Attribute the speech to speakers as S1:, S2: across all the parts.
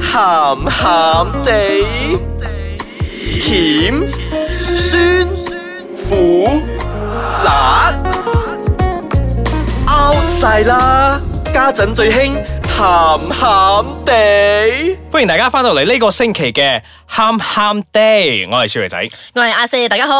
S1: 鹹鹹地，甜酸苦辣 out 晒啦！家陣最興鹹鹹地。
S2: 歡迎大家翻到嚟呢個星期嘅喊喊 day，我係小肥仔。
S3: 我係阿四，大家好。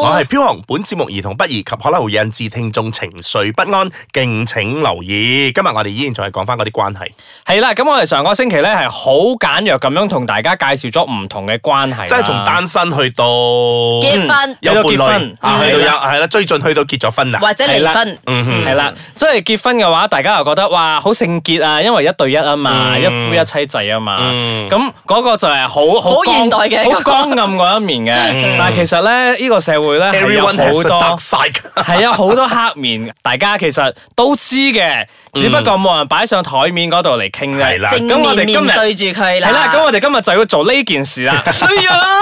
S4: 我係飄紅，本節目兒童不宜及可能會引致聽眾情緒不安，敬請留意。今日我哋依然仲係講翻嗰啲關係，
S2: 係啊啦，咁我哋上個星期咧係好簡約咁樣同大家介紹咗唔同嘅關係啦，
S4: 即係從單身去到
S3: 結婚
S4: 有伴
S2: 去到結婚
S4: 侶啊，
S2: 嗯
S4: 去到有
S2: 係啦
S4: 係啦，追進去到結咗婚啦。
S3: 或者離婚，
S4: 嗯哼
S2: 係啦，所以結婚嘅話，大家又覺得哇好聖潔啊，因為一對一啊嘛，
S4: 嗯
S2: 一夫一妻制啊嘛，
S4: 嗯
S2: 咁嗰個就係好
S3: 好
S2: 光
S3: 現代嘅
S2: 好光暗嗰一面嘅。但係其實咧，呢個社會咧係有
S4: 嗯 Everyone
S2: 好
S4: has a
S2: 多
S4: dark。side。
S2: 係啊，好多黑面，大家其實都知嘅，只不過冇人擺上台面嗰度嚟傾啫。
S4: 係啦
S3: 正
S2: 咁我哋
S3: 面面
S2: 今日
S3: 對住佢啦。
S2: 係啦，咁我哋今日就要做呢件事 啦，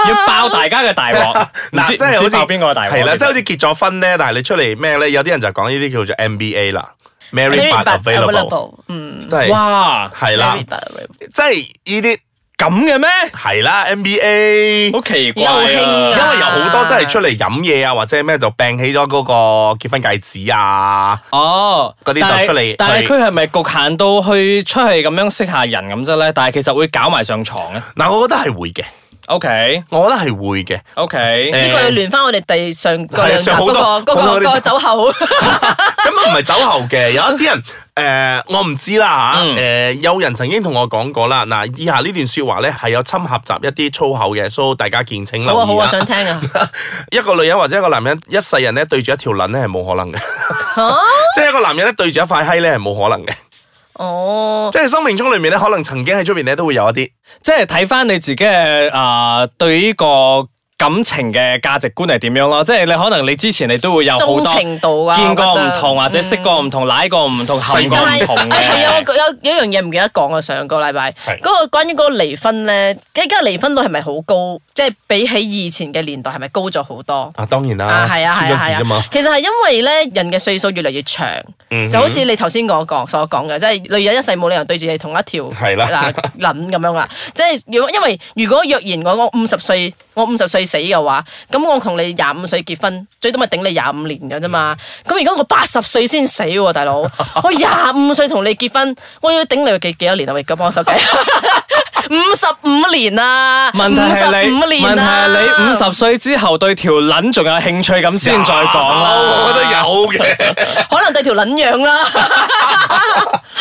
S2: 要爆大家嘅大鑊。
S4: 嗱，
S2: 唔知
S4: 即係
S2: 唔
S4: 好
S2: 知
S4: 似
S2: 爆邊個大鑊？
S4: 係啦，
S2: 其實
S4: 即係好似結咗婚咧，但係你出嚟咩咧？有啲人就講呢啲叫做 MBA 啦，married
S3: Married
S4: but
S3: but
S4: available，
S3: available，嗯，
S4: 即係
S2: 哇，
S4: 係啦，
S3: Married but available
S4: 即係呢啲
S2: 咁嘅咩？
S4: 係啦 MBA。
S2: 好奇怪
S3: 而家好興
S4: 因
S3: 㗎
S2: 啊！
S4: 為有好多真係出嚟飲嘢啊，或者咩就病起咗嗰個結婚戒指啊，
S2: 哦，
S4: 嗰啲就
S2: 但係
S4: 出嚟
S2: 但係
S4: 去
S2: 佢係咪局限到去出去咁樣識下人咁啫咧？但係其實會搞埋上床咧。
S4: 嗱，我覺得係會嘅，
S2: OK
S4: 我覺得係會嘅，
S2: OK，
S4: 誒
S3: 呢個要連翻我哋第上嗰兩集
S4: 係上好
S3: 嗰
S4: 多
S3: 個
S4: 好
S3: 嗰
S4: 多
S3: 個
S4: 呢
S3: 嗰
S4: 集
S3: 個酒後，
S4: 咁啊唔係走後嘅，有一啲人。誒、我唔知啦嚇，誒、
S2: 嗯
S4: 有人曾經同我講過啦，嗱，以下呢段説話咧係有侵合集一啲粗口嘅，所以大家敬 請留
S3: 好啊好
S4: 意
S3: 啊，
S4: 啦。
S3: 想聽啊。
S4: 一個女人或者一個男人一世人咧對住一條撚咧係冇可 能嘅，即係一個男人咧對住一塊閪咧係冇可能嘅，
S3: 哦，
S4: 即係生命中裏面咧可能曾經喺出邊咧都會有一啲。
S2: 即係睇翻你自己嘅啊、對呢個感情嘅價值觀係點樣咯。即係你可能你之前你都會有好
S3: 忠
S2: 多
S3: 程度啊，
S2: 見過
S3: 我覺
S2: 唔
S3: 得
S2: 同或者識過唔同、舐過唔同、冚
S4: 細個
S2: 過
S3: 但
S2: 唔
S3: 係
S2: 同
S3: 係啊，
S2: 嘅。
S3: 我有有一樣嘢唔記得講啊，上個禮拜
S4: 係
S3: 嗰個關於嗰個離婚咧，而家離婚率係咪好高？即係比起以前嘅年代係咪高咗好多？
S4: 啊，當然啦，
S3: 啊，係啊，
S4: 簽
S3: 係
S4: 咗
S3: 啊，係
S4: 字啫嘛
S3: 啊。，其實係因為咧，人嘅歲數越嚟越長，
S4: 嗯
S3: 就好似你頭先我講所講嘅，即係女人一世冇理由對住你同一條
S4: 係啦
S3: 嗱撚咁樣啦。即係如果因為如果若然我我五十歲，我五十歲死嘅話，咁我同你廿五歲結婚，最多咪頂你廿五年嘅啫嘛。
S2: 嗯
S3: 咁而家我八十歲先死喎，大佬，我廿五歲同你結婚，我要頂你幾幾多年啊？喂，咁幫我手計。 五十五年啊！
S2: 問題係你，
S3: 55
S2: 問
S3: 年
S2: 題
S3: 啊
S2: 係你五十歲之後對條撚仲有興趣咁先再講啦。
S4: 哦我覺得有嘅，
S3: 可能對條撚樣啦。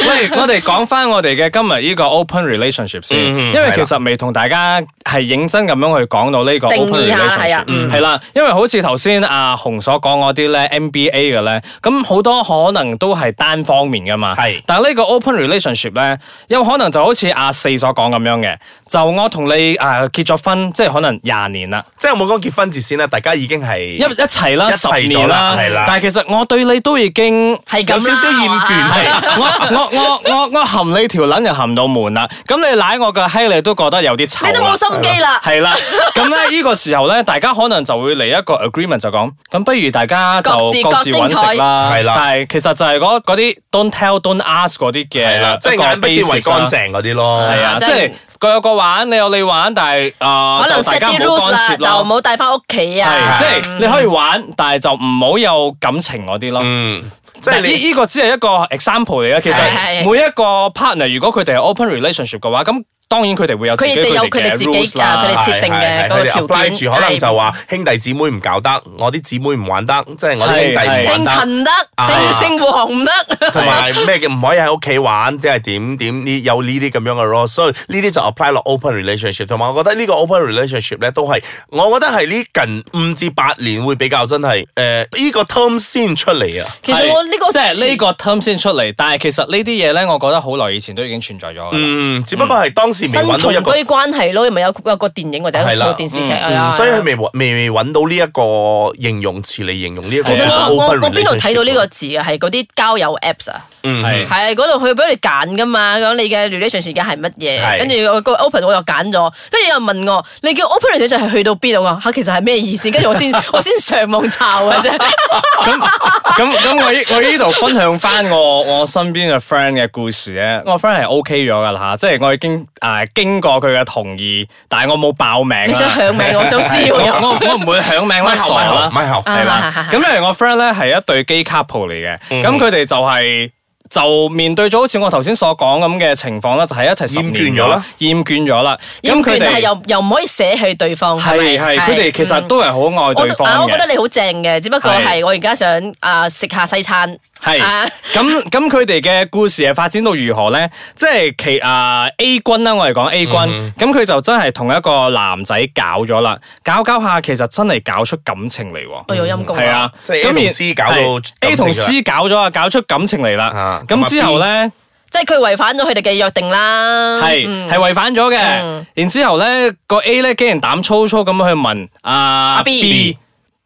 S2: 喂，我哋講翻我哋嘅今日呢個 open relationship 先，
S4: 嗯嗯
S2: 因為
S4: 係啦
S2: 其實未同大家係認真咁樣去講到呢個
S3: 定
S2: open
S3: 義下係啊
S2: relationship，
S3: 嗯
S2: 係啦，因為好似頭先阿紅所講嗰啲咧 MBA 嘅咧，咁好多可能都係單方面噶嘛，
S4: 係
S2: 但係呢個 open relationship 咧，有可能就好似阿四所講咁樣嘅，就我同你啊結咗婚，即係可能廿年啦，
S4: 即係冇講結婚字先啦，大家已經係
S2: 一一齊啦，
S4: 一
S2: 十
S4: 齊咗
S2: 年啦
S4: 啦係啦，
S2: 但係其實我對你都已經。
S3: 係咁
S4: 有
S3: 啦
S4: 少少厭倦，
S2: 係
S4: 係
S2: 我我我我我含你條撚就含到悶啦，咁你舐我個閪你都覺得有啲臭啦，
S3: 你都冇心機啦。
S2: 係啦，咁咧呢個時候咧，大家可能就會嚟一個 agreement 就講，咁不如大家就
S3: 各自
S2: 各自
S3: 各精
S2: 揾
S3: 彩
S2: 食啦，
S4: 係啦
S2: 但係其實就係嗰嗰啲 don't tell don't ask 嗰啲嘅，
S4: 係啦，即係眼不見為乾，淨嗰啲咯，
S2: 係啊，即
S3: 即係
S2: 係各有各玩，你有你玩，但係啊，
S3: 可能
S2: 就大
S3: set
S2: 家
S3: 啲
S2: 唔好
S3: rules
S2: 干涉
S3: 啦，就
S2: 咯
S3: 唔好帶翻屋企啊。
S2: 係，即係你可以玩，但係就唔好有感情嗰啲咯。
S4: 嗯，
S2: 即
S4: 即係
S2: 係呢
S4: 你
S2: 呢個只係一個 example 嚟嘅，其實
S3: 係係
S2: 每一個 partner 如果佢哋係 open relationship 嘅話，咁當然佢哋會有自己
S3: 佢哋有
S2: 佢哋
S3: 佢
S2: 嘅
S3: 哋自己
S2: rules
S3: 㗎佢
S2: 啦。
S3: 哋設定嘅
S4: 係係係
S3: 嗰個條件
S4: 佢哋 apply 住可能就話兄弟姊妹唔搞得，我啲姊妹唔玩得，即係我啲
S2: 係
S4: 兄弟
S3: 姓
S4: 唔玩
S3: 陳得，
S4: 啊
S3: 姓姓 黃唔得。
S4: 得，同埋咩嘅唔可以喺屋企玩，即係點點呢有呢啲咁樣嘅咯，所以呢啲就 apply 落 open relationship，同埋我覺得呢個 open relationship 咧都係，我覺得係呢近五至八年會比較真係誒呢個 term 先出嚟啊。
S3: 其實我呢個
S2: 即係呢個 term 先出嚟，但係其實呢啲嘢咧，我覺得好耐以前都已經存在咗㗎啦。
S4: 嗯，只不過係當時未
S3: 新
S4: 揾到
S3: 同
S4: 一個，
S3: 居關係咯，咪有有個電影或者
S4: 係啦
S3: 個電
S2: 嗯
S3: 視劇係啊。
S4: 所以佢未揾未未揾到呢一個形容詞嚟形容呢一個
S3: 其實我我
S4: open
S2: 啊
S3: 我邊度睇到呢
S4: relationship
S3: 個字嘅係嗰啲交友 apps 啊，
S4: 嗯
S2: 係
S3: 系嗰度佢俾你揀噶嘛，咁你嘅 relation 時間係乜嘢？
S4: 係
S3: 跟住我個 open 我又揀咗，跟住有人問我你叫 open relation 係去到邊度啊？嚇，其實係咩意思？跟住我先我先上網查嘅啫。
S2: 咁咁咁，我依我依度分享翻我我身邊嘅 friend 嘅故事咧，我 friend 係 OK 咗噶啦吓，即係我已經诶、呃、经过佢嘅同意，但係我冇爆名啦
S3: 你想響名，我想知
S2: 我
S3: 喎。
S2: 我我唔會響名啦，
S4: 咪
S2: 傻
S4: 後咪後
S2: 啦，
S4: 咪後
S2: 係
S3: 啊
S2: 啦。咁例如我 friend 咧係一對基 couple 嚟嘅，
S4: 嗯
S2: 咁佢哋就係就面對咗好似我頭先所講咁嘅情況啦，就係一齊十
S4: 厭倦
S2: 年
S4: 咗啦，
S2: 厭倦咗啦。
S3: 厭
S2: 咁佢
S3: 倦，但係
S2: 哋
S3: 又又唔可以捨棄對方。
S2: 係
S3: 咪
S2: 係佢哋其實
S3: 嗯
S2: 都係好愛
S3: 我
S2: 對方
S3: 啊我覺
S2: 嘅
S3: 得。你好正嘅，只不過
S2: 係
S3: 係我而家想啊食下西餐。
S2: 係
S3: 啊
S2: 咁咁佢哋嘅故事係發展到如何咧？即係其啊 A 君啦，我嚟講 A 君，咁佢、就真係同一個男仔搞咗啦，搞搞下其實真係搞出感情嚟喎。
S3: 哎呦陰公
S2: 係啊，
S4: 即係 A
S2: 咁
S4: 同
S2: 然
S4: C 搞到
S2: 係
S4: 感
S2: A
S4: 情
S2: 同
S4: 出嚟
S2: C 搞咗啊，搞出感情嚟啦
S4: 啊。
S2: 咁、
S4: 咁啊
S2: 之後咧。
S3: 即係佢違反咗佢哋嘅約定啦。
S2: 係
S3: 嗯
S2: 係違反咗嘅。
S3: 嗯
S2: 然之後咧，個 A 咧竟然膽粗粗咁去問阿
S3: 阿 B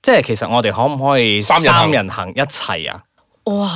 S2: 即係其實我哋可唔可以
S4: 三人行
S2: 三人行一齊啊？
S3: 哇！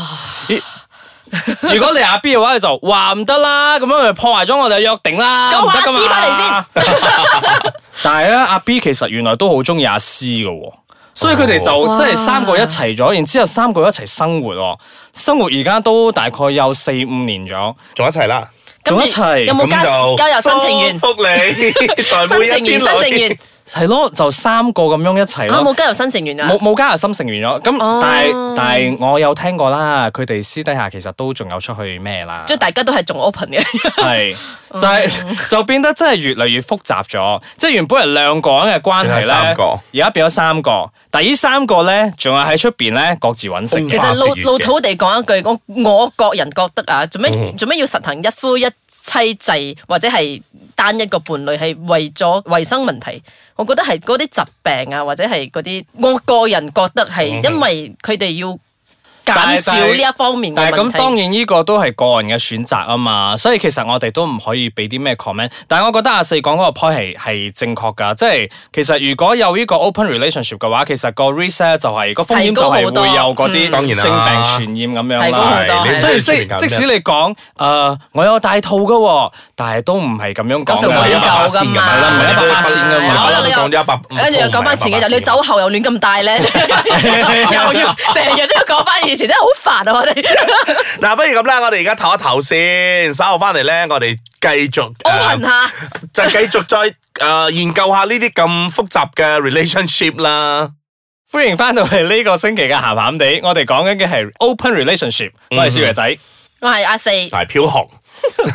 S2: 如果你阿 B 嘅話，你就話唔得啦，咁樣咪破壞咗我哋嘅約定啦，
S3: 咁
S2: 唔
S3: 我
S2: 得噶嘛。
S3: 阿 B 翻
S2: 嚟先。 但係咧，阿 B 其實原來都好中意阿 C 嘅喎。所以佢哋就
S3: 哦
S2: 即係三個一齊咗，然之後三個一齊生活喎，生活而家都大概有四五年咗，
S4: 仲一齊啦。
S2: 仲一齊
S3: 有冇加
S4: 咁就
S3: 加入新情緣？
S4: 祝 福你，在
S3: 新
S4: 每
S3: 成
S4: 一
S3: 員，
S4: 天
S3: 新成
S4: 裏
S3: 員
S2: 係咯，就三個咁樣一齊
S3: 啊！
S2: 咯
S3: 冇。加入新成員啊！
S2: 冇冇加入新成員咗，咁、
S3: 哦
S2: 但係但係我有聽過啦，佢哋私底下其實都仲有出去咩啦，
S3: 即係大家哦都係仲 open 嘅，
S2: 係 就係、就變得真係越嚟越複雜咗，即係原本係兩個人嘅關係
S4: 變咗三個
S2: 咧，而家變咗三個，但係呢三個咧仲係喺出邊咧各自揾食
S4: 嗯
S3: 其
S2: 嘅，
S3: 實老
S4: 花式月嘅
S3: 老土地講一句，我我個人覺得啊，做咩
S2: 嗯
S3: 做咩要實行一夫一妻制或者係單一個伴侶係為咗衞生問題？我覺得係嗰啲疾病啊，或者係嗰啲，我個人覺得係因為佢哋要減少
S2: 嗯但係
S3: 呢一方面嘅
S2: 但係
S3: 問
S2: 咁當
S3: 題。
S2: 然呢個都係個人嘅選擇啊嘛，所以其實我哋都唔可以俾啲咩 comment。但係我覺得阿四講嗰個 point 係係正確㗎，即係其實如果有呢個 open relationship 嘅話，其實個 risk 呢就係、個風險
S3: 提
S2: 就
S3: 高好
S2: 係
S3: 多
S2: 會有嗰
S4: 嗯當然啦
S2: 啲性病傳染咁樣
S3: 提高好
S2: 啦。
S3: 多
S4: 係你
S2: 所以
S4: 出
S2: 即
S4: 面搞
S2: 即
S4: 咩
S2: 使你講誒、呃我有戴套㗎喎，但係都唔係咁樣講
S3: 九
S2: 㗎
S3: 十九
S2: 嘛。
S3: 點九
S4: 係
S3: 㗎
S4: 一
S3: 嘛，
S2: 百八先㗎嘛係啦
S3: 我覺得你
S4: 講咗一百五
S3: 跟住又講翻前幾日，你酒後又亂咁大 咧，又要成日都要講翻以前，真係好煩啊！我哋。
S4: 嗱，不如咁啦，我哋而家唞一唞先，稍後翻嚟咧，我哋繼續
S2: 啊
S3: open 下。
S4: 就繼續再誒研究下呢啲咁複雜嘅 relationship 啦。
S2: 歡迎翻到嚟呢個星期嘅鹹鹹地，我哋講緊嘅係 open relationship。我係少爺仔，
S3: 我係阿四，
S2: 啊
S4: 大飄 紅，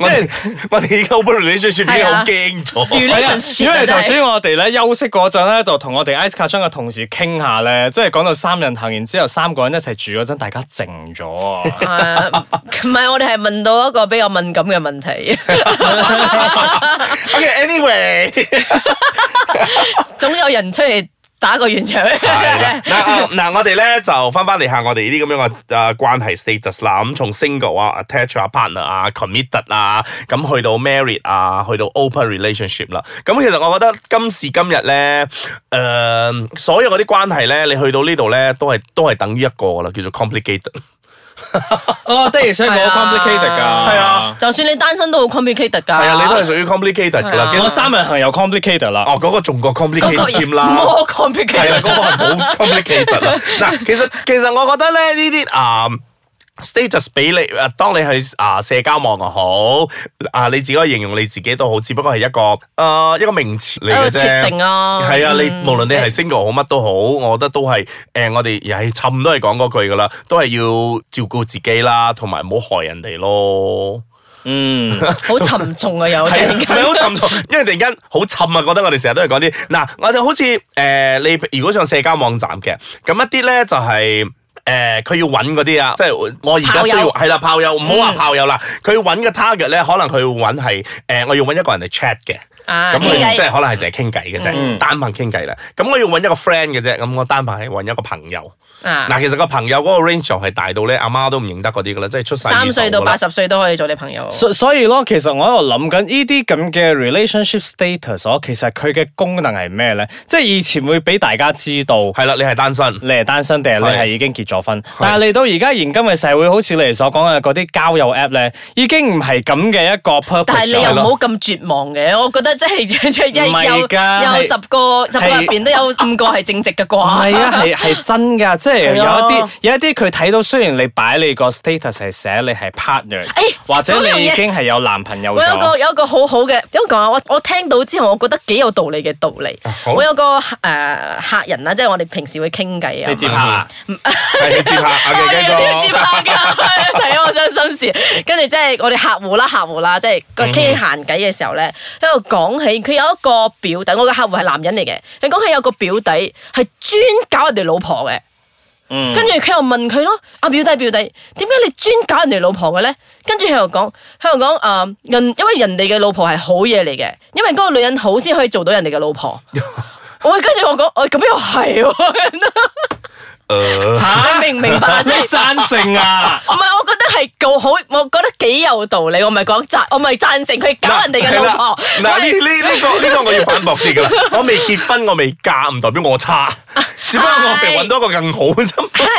S4: 我哋我哋而家 open relationship 已經好驚
S3: 係
S4: 咗
S3: 啊。
S2: 係啊
S3: relationship
S2: 因
S3: 啊
S2: 為
S3: 真
S2: 頭
S3: 係
S2: 先我哋咧休息嗰陣咧，就同我哋 Ice 卡張嘅同事傾下咧，即係講到三人行，然之後三個人一齊住嗰陣，大家靜咗啊。
S3: 誒唔係我哋係問到一個比較敏感嘅問題，
S4: OK，anyway，
S3: 總有人出嚟打個完場。
S4: 係啦嗱啊嗱，我哋咧就翻翻嚟下我哋呢啲咁樣嘅誒啊關係 status 啦。咁從 single 啊、attach 啊、partner 啊、committed 啊，咁去到 married 啊，去到 open relationship 啦。咁其實我覺得今時今日咧，誒所有嗰啲關係咧，你去到呢度咧，都係都係等於一個噶啦，叫做 complicated。
S2: 哦，的而且確
S3: 係
S2: 好
S3: 啊
S2: complicated 㗎。
S3: 係
S4: 啊。
S3: 就算你單身都好 complicated 㗎。係
S4: 係啊，你都係屬於 complicated 噶啦
S3: 係。啊
S2: 我三人行又 complicated 啦。
S4: 哦，嗰、個仲過
S3: 嗰
S4: complicated 添
S3: 個
S4: 啦。
S3: more
S4: 係啊啦，
S3: complicated。
S4: 嗰個係冇 complicated 啦。嗱，其實其實我覺得咧呢啲啊。status 俾你啊，當你係啊社交網又好啊，你自己可以形容你自己都好，只不過係一個啊、一個名詞嚟嘅
S3: 一個
S4: 啫。
S3: 設定啊
S4: 係啊，你
S3: 嗯
S4: 無論你係 single 好乜都好，我覺得都係誒、我哋係冚都係講嗰句噶啦，都係要照顧自己啦，同埋唔好害人哋咯。
S2: 嗯，
S3: 好沉重啊！有突
S4: 係啊
S3: 然
S4: 唔
S3: 間
S4: 係好沉重，因為突然間好沉啊！覺得我哋成日都係講啲嗱，我哋好似誒、呃你如果上社交網站嘅，咁一啲咧就係、誒佢、要揾嗰啲啊，即係我而家
S3: 炮
S4: 需要
S3: 友嗯
S4: 係啦，呃炮友唔好話炮友啦，佢揾嘅 target 咧，可能佢揾係誒，我要揾一個人嚟 chat 嘅，
S3: 啊
S4: 咁佢
S3: 傾偈嗯
S4: 即係可能係淨係傾偈嘅啫，單憑傾偈啦。咁我要揾一個 friend 嘅啫，咁我單憑係揾一個朋友。
S3: 啊
S4: 嗱，其實個朋友嗰個 range 就係大到咧，阿媽都唔認得嗰啲噶啦，即係出世
S3: 三歲到八
S4: 十。
S3: 十歲都可以做你朋友。
S2: 所所以咯，其實我喺度諗緊呢啲咁嘅 relationship status 啊咯，其實佢嘅功能係咩咧？即係以前會俾大家知道。
S4: 係啦，你係單身。
S3: 嗯
S2: 你係單身定係你
S4: 係
S2: 係已經結咗婚？但係嚟到而家現今嘅社會，好似你哋所講嘅嗰啲交友 app 咧，已經唔係咁嘅一個 purpose
S3: 但係你又
S2: 咗
S3: 唔
S2: 啦
S3: 好咁絕望嘅，我覺得即係即係
S2: 唔係
S3: 有
S2: 㗎
S3: 有
S2: 係
S3: 十個十個入邊都有五個係正直嘅啩。
S2: 唔係 啊，係係真㗎，即係有一
S4: 係
S2: 啲
S4: 啊
S2: 有一啲佢睇到，雖然你擺你個 status 係寫你係 partner，
S3: 誒
S2: 或者
S3: 哎講樣
S2: 你已
S3: 嘢
S2: 經係有男朋友
S3: 我有
S2: 咗
S3: 個，有一個好好嘅點講啊！我我聽到之後，我覺得幾有道理嘅道理
S4: 啊。好
S3: 我有個誒、呃客人啦，即係我哋平時會傾偈啊。
S2: 你接下 啊。
S4: 係接下
S3: 我
S4: ，OK，
S3: 哋
S4: 繼
S3: 哦有啲接
S4: 續。
S3: 下㗎， 睇我傷心事。跟住即係我哋客户啦，客户啦，即係
S4: 嗯
S3: 佢傾閒偈嘅時候咧，喺度講起佢有一個表弟，我嘅客户係男人嚟嘅，佢講起有個表弟係專搞人哋老婆嘅。
S2: 嗯
S3: 跟住佢又問佢咯，阿表弟表弟，點解你專搞人哋老婆嘅咧？跟住佢又講，佢又講，誒、人因為人哋嘅老婆係好嘢嚟嘅，因為嗰個女人好先可以做到人哋嘅老 婆。我跟住我講，我咁又係喎，
S4: 誒
S3: 你明唔明白啊？即
S2: 你
S3: 係
S2: 贊成啊？
S3: 唔係，我覺得係夠好，我覺得幾有道理。我唔係講贊，我唔係贊成佢搞人哋嘅老婆。
S4: 嗱，呢呢呢個呢個我要反駁啲 噶啦，我未結婚，我未嫁，唔代表我差，只不過我係揾到一個更好 啫。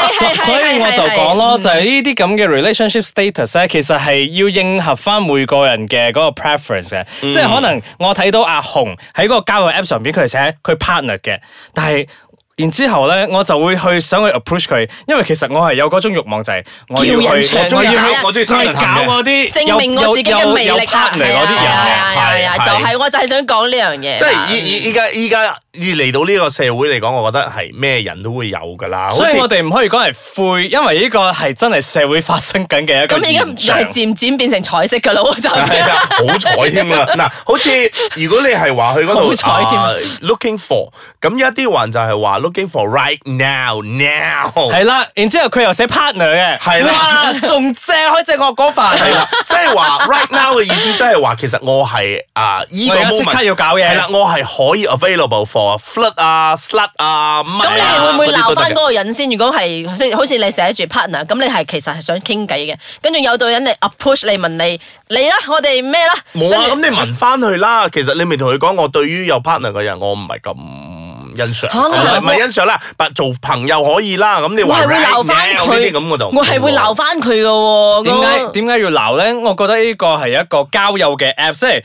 S2: 所所以我就講咯，就係嗯呢啲咁嘅 relationship status 咧，其實係要應合翻每個人嘅嗰個 preference 嘅，
S3: 嗯
S2: 即係可能我睇到阿紅喺嗰個交友 app 上邊，佢係寫佢 partner 嘅，但係。然之後咧，我就會去想去 approach 佢，因為其實我係有嗰種慾望，就係我要
S3: 叫人
S2: 去，
S3: 長
S2: 我
S4: 我中意
S2: 要
S4: 搞
S2: 去，
S4: 我中意三人行
S2: 搞
S4: 嘅。
S2: 嗰啲
S3: 證明
S2: 有
S3: 我自己嘅
S2: 有
S3: 魅力
S2: 有
S3: 啊！
S2: 有 partner 嗰啲人嘅
S3: 係啊係啊，
S4: 係
S3: 就
S4: 係
S3: 係我就係想講呢樣嘢
S4: 即
S3: 啦。
S4: 係依依依家依家依嚟到呢個社會嚟講，我覺得係咩人都會有噶啦。
S2: 所以
S4: 好
S2: 我
S4: 似
S2: 哋唔可以講係灰，因為呢個係真係社會發生緊嘅一個
S3: 咁而
S2: 現
S3: 家係
S2: 象。
S3: 漸漸變成彩色噶啦，我就
S4: 係啊，好彩 添啦！嗱，好似如果你係話去嗰度
S3: 好彩添
S4: 啊 looking for，咁有一啲人就係話 looking for right now now，
S2: 系啦，然之后佢又寫 partner 嘅，
S4: 哦係啦
S2: 哇，仲正開正我嗰份，
S4: 係啦， 即係話 right now 嘅意思，即係話其實我係啊依個
S2: 我而家即
S4: moment
S2: 刻要搞嘢
S4: 係啦，我係可以 available for flirt 啊、slut 啊、乜
S3: 咁你係會唔會鬧翻
S4: 個
S3: 嗰？個人先？如果係即係好似你寫住 partner，咁你係其實係想傾偈嘅，跟住有到人嚟 approach 你問你，你啦，我哋咩啦？
S4: 冇啊！咁
S3: 跟住
S4: 你問翻佢啦。其實你咪同佢講，我對於有 partner 嘅人，我唔係咁
S3: 嚇我
S4: 欣賞，唔係
S3: 係
S4: 唔係欣賞啦，但做朋友可以啦。咁你
S3: 我
S4: 話
S3: 係會鬧翻
S4: right now 呢啲咁我就
S3: 佢，我係會鬧翻佢嘅喎。
S2: 點解
S3: 我
S2: 点解要鬧咧？我覺得呢個係一個交友嘅 app，即係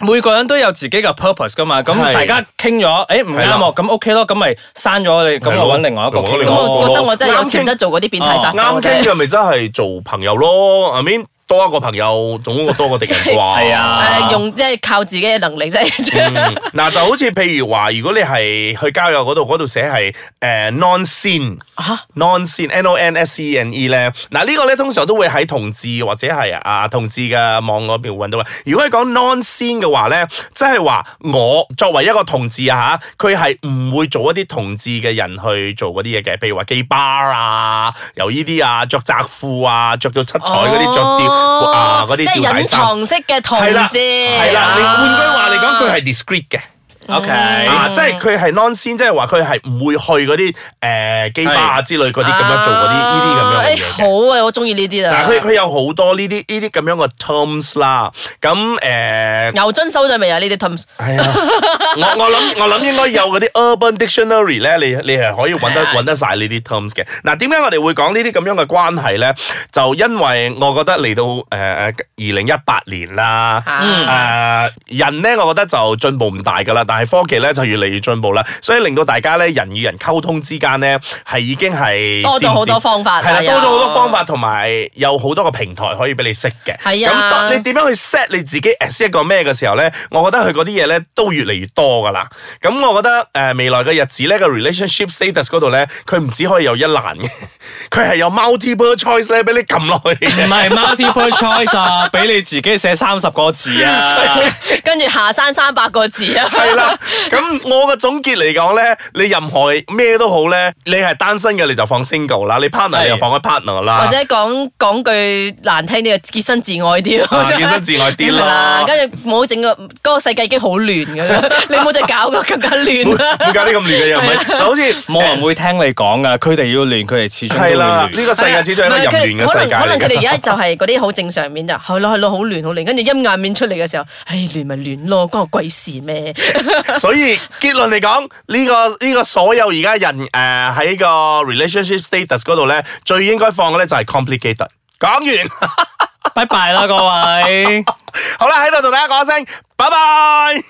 S2: 每個人都有自己嘅 purpose 噶嘛。咁
S4: 係
S2: 大家傾咗，诶唔啱
S4: 係啦
S2: 喎，咁 OK 咯，咁咪刪咗你，咁
S4: 係咯
S2: 我搵另外一個
S4: 我搵
S2: 傾
S4: 另
S3: 咁
S4: 外
S2: 咯。
S4: 一個
S3: 我覺得我真係有
S4: 啱
S3: 潛
S4: 傾哦
S3: 質做嗰啲變態殺手
S4: 啱
S3: 嘅。
S4: 傾嘅咪真係做朋友咯。I mean 多一個朋友總好過多個敵人 啩。
S2: 係啊
S3: 誒用即係靠自己嘅能力，即係即係
S4: 嗯嗱就好似譬如話，如果你係去交友嗰度，嗰度寫係誒 non sin
S3: 啊
S4: non sin n o n s e n e 咧，嗱呢個咧通常都會喺同志或者係啊同志嘅網嗰邊揾到嘅。如果係講 non sin 嘅話咧，即係話我作為一個同志啊嚇，佢係唔會做一啲同志嘅人去做嗰啲嘢嘅，譬如話 gay bar 啊，由呢啲啊着窄褲啊，着到七彩嗰啲着吊啊
S3: 哦
S4: 嗰啲
S3: 即係
S4: 吊帶
S3: 隱
S4: 衫。
S3: 藏式嘅同
S4: 係啦，
S3: 志，啊
S4: 係啦，你換句話嚟講，佢係 discreet 嘅。
S2: OK，
S3: 嗯
S4: 啊，即係佢係 non 先，即係話佢係唔會去嗰啲誒基巴啊之類嗰啲咁樣做嗰啲呢啲咁樣嘅
S3: 誒
S4: 嘢嘅。
S3: 啊好啊，我中意呢啲
S4: 嗱，
S3: 啊
S4: 佢。佢有好多呢啲呢啲咁樣嘅 terms 啦，咁誒，呃
S3: 牛津收咗未啊？呢啲 terms
S4: 哎呀，我我諗我諗應該有嗰啲 urban dictionary 咧，你你係可以揾得
S3: 係啊
S4: 揾得晒呢啲 terms 嘅。嗱，點解我哋會講呢啲咁樣嘅關係咧？就因為我覺得嚟到誒二零一八年啦。誒、
S3: 啊
S4: 人咧，我覺得就進步唔大噶啦，但係科技咧就越嚟越進步啦，所以令到大家咧人與人溝通之間咧係已經係
S3: 多咗好多方法啦啊
S4: 係啦，
S3: 又
S4: 多咗好多方法，同埋有好多個平台可以俾你識嘅。
S3: 係啊
S4: 咁當你點樣去 set 你自己 as 一個咩嘅時候咧，我覺得佢嗰啲嘢咧都越嚟越多噶啦。咁我覺得誒、呃未來嘅日子咧，個 relationship status 嗰度咧，佢唔只可以有一欄嘅， 佢係有 multiple choice 咧俾你撳落去嘅
S2: 唔。係 multiple choice 啊，俾你自己寫三十個字啊。
S3: 跟住下山三百個字啊，
S4: 係啦，啦，咁我嘅總結嚟講咧，你任何咩都好咧，你係單身嘅你就放 single 啦，你 partner
S2: 係
S4: 你就放開 partner 啦，
S3: 或者講講句難聽啲，就潔身自愛啲咯
S4: 啊，健身自愛 啲
S3: 係啦
S4: 咯。
S3: 跟住冇整個嗰個世界已經好亂㗎 啦，你冇再搞個更加亂啦。
S4: 會搞啲咁亂嘅嘢，唔係就好似
S2: 冇人會聽你講噶，佢哋要亂，佢哋始終都會
S4: 係啦，
S2: 亂。
S4: 呢個世界始終係一個淫亂嘅世界
S3: 啊可能
S4: 嚟
S3: 佢哋
S4: 嘅。
S3: 而家就係嗰啲好正常面就係咯係咯，好亂好亂，跟住陰暗面出嚟嘅時候，唉亂咪亂咯，關我鬼事咩？
S4: 所以結論嚟講，呢、個呢、個所有而家人呃誒喺、個 relationship status 嗰度咧，最應該放嘅咧就係 complicated。講完，
S2: 拜拜啦，各位。
S4: 好啦，喺度同大家講聲，拜拜。